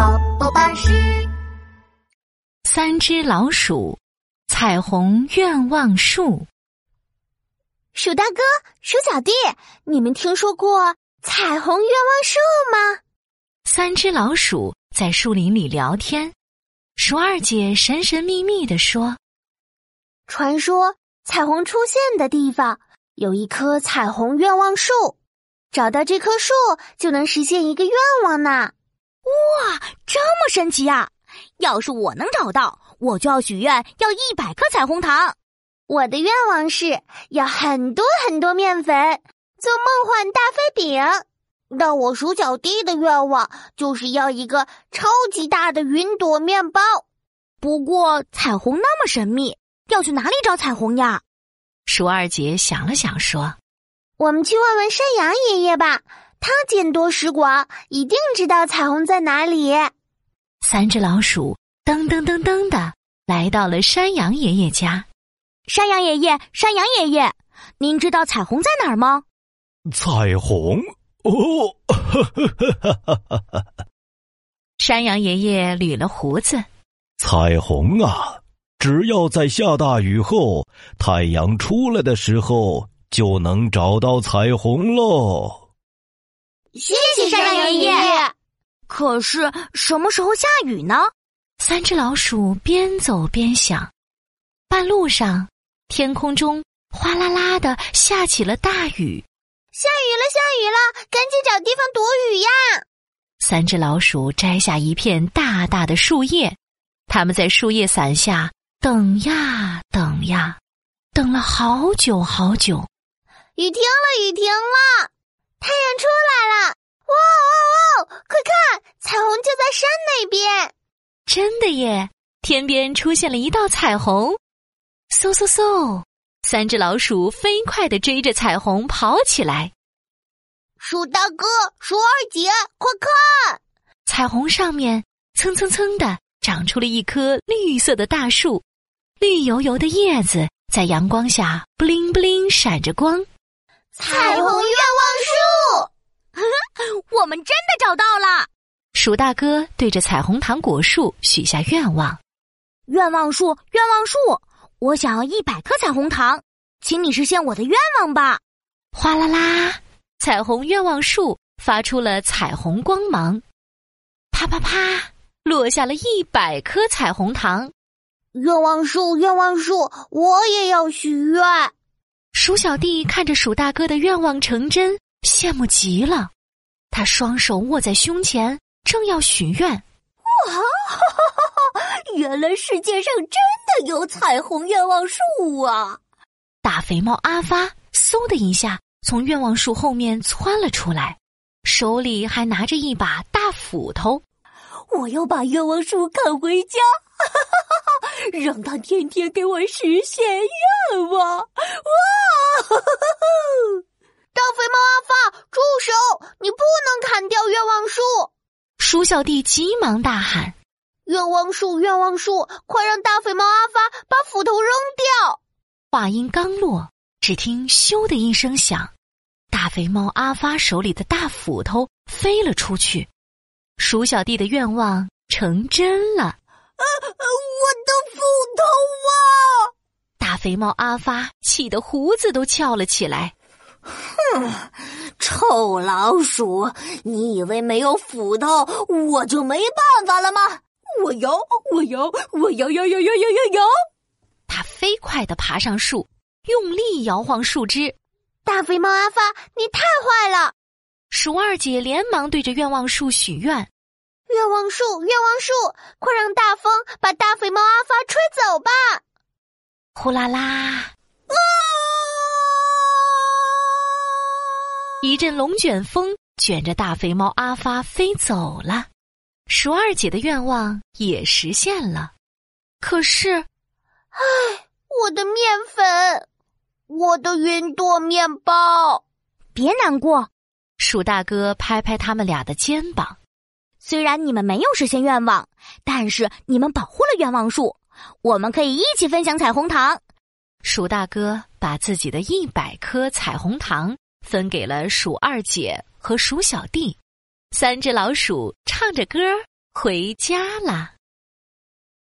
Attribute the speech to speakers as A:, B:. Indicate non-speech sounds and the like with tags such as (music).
A: 老师，
B: 三只老鼠，彩虹愿望树。
A: 鼠大哥、鼠小弟，你们听说过彩虹愿望树吗？
B: 三只老鼠在树林里聊天。鼠二姐神神秘秘地说
A: 传说彩虹出现的地方有一棵彩虹愿望树，找到这棵树就能实现一个愿望呢。
C: 这么神奇啊！要是我能找到，我就要许愿要一百颗彩虹糖。
A: 我的愿望是要很多很多面粉，做梦幻大飞饼。但我鼠小弟的愿望就是要一个超级大的云朵面包。
C: 不过彩虹那么神秘，要去哪里找彩虹呀？：“
B: 鼠二姐想了想说，
A: 我们去问问山羊爷爷吧，他见多识广，一定知道彩虹在哪里。
B: 三只老鼠噔噔噔噔的来到了山羊爷爷家。
C: 山羊爷爷，山羊爷爷，您知道彩虹在哪儿吗？
D: 彩虹哦， (laughs)
B: 山羊爷爷捋了胡子，
D: 彩虹啊！只要在下大雨后，太阳出来的时候，就能找到彩虹喽。
A: 谢
C: 谢山羊爷爷。可是什么时候下雨呢？
B: 三只老鼠边走边想。半路上，天空中哗啦啦的下起了大雨。
A: 下雨了，下雨了，赶紧找地方躲雨呀！
B: 三只老鼠摘下一片大大的树叶，它们在树叶伞下等呀等呀，等了好久好久。
A: 雨停了，雨停了，太阳出来了！哇哦哦哦，快看，彩虹就在山那边。
B: 真的耶！天边出现了一道彩虹，嗖嗖嗖！三只老鼠飞快地追着彩虹跑起来。
A: 鼠大哥、鼠二姐，快看！
B: 彩虹上面蹭蹭蹭地长出了一棵绿色的大树，绿油油的叶子在阳光下布灵布灵闪着光。
A: 彩虹愿望树，
C: (laughs) 我们真的找到了。
B: 鼠大哥对着彩虹糖果树许下愿望。
C: 愿望树，愿望树，我想要一百颗彩虹糖，请你实现我的愿望吧。
B: 哗啦啦，彩虹愿望树发出了彩虹光芒，啪啪啪，落下了一百颗彩虹糖。
A: 愿望树，愿望树，我也要许愿。
B: 鼠小弟看着鼠大哥的愿望成真，羡慕极了。他双手握在胸前，正要许愿，
C: 原来世界上真的有彩虹愿望树啊！
B: 大肥猫阿发嗖的一下从愿望树后面窜了出来，手里还拿着一把大斧头。
C: 我要把愿望树扛回家， (laughs) 让它天天给我实现愿望。哇！
A: (laughs) 大肥猫阿发，住手！你不能砍掉愿望树！
B: 鼠小弟急忙大喊。
A: 愿望树，愿望树，快让大肥猫阿发把斧头扔掉！
B: 话音刚落，只听“咻”的一声响，大肥猫阿发手里的大斧头飞了出去。鼠小弟的愿望成真了，
C: 呃我的斧头啊！
B: 大肥猫阿发气得胡子都翘了起来。
C: 啊臭老鼠，你以为没有斧头我就没办法了吗？我摇，我摇，我摇摇摇摇摇摇摇！
B: 他飞快地爬上树，用力摇晃树枝。
A: 大肥猫阿发，你太坏了！
B: 鼠二姐连忙对着愿望树许愿。
A: 愿望树，愿望树，快让大风把大肥猫阿发吹走吧！
B: 呼啦啦！一阵龙卷风卷着大肥猫阿发飞走了，鼠二姐的愿望也实现了。可是
A: 我的面粉，我的云朵面包。
C: 别难过，
B: 鼠大哥拍拍他们俩的肩膀，
C: 虽然你们没有实现愿望，但是你们保护了愿望树，我们可以一起分享彩虹糖。
B: 鼠大哥把自己的一百颗彩虹糖分给了鼠二姐和鼠小弟，三只老鼠唱着歌儿回家啦。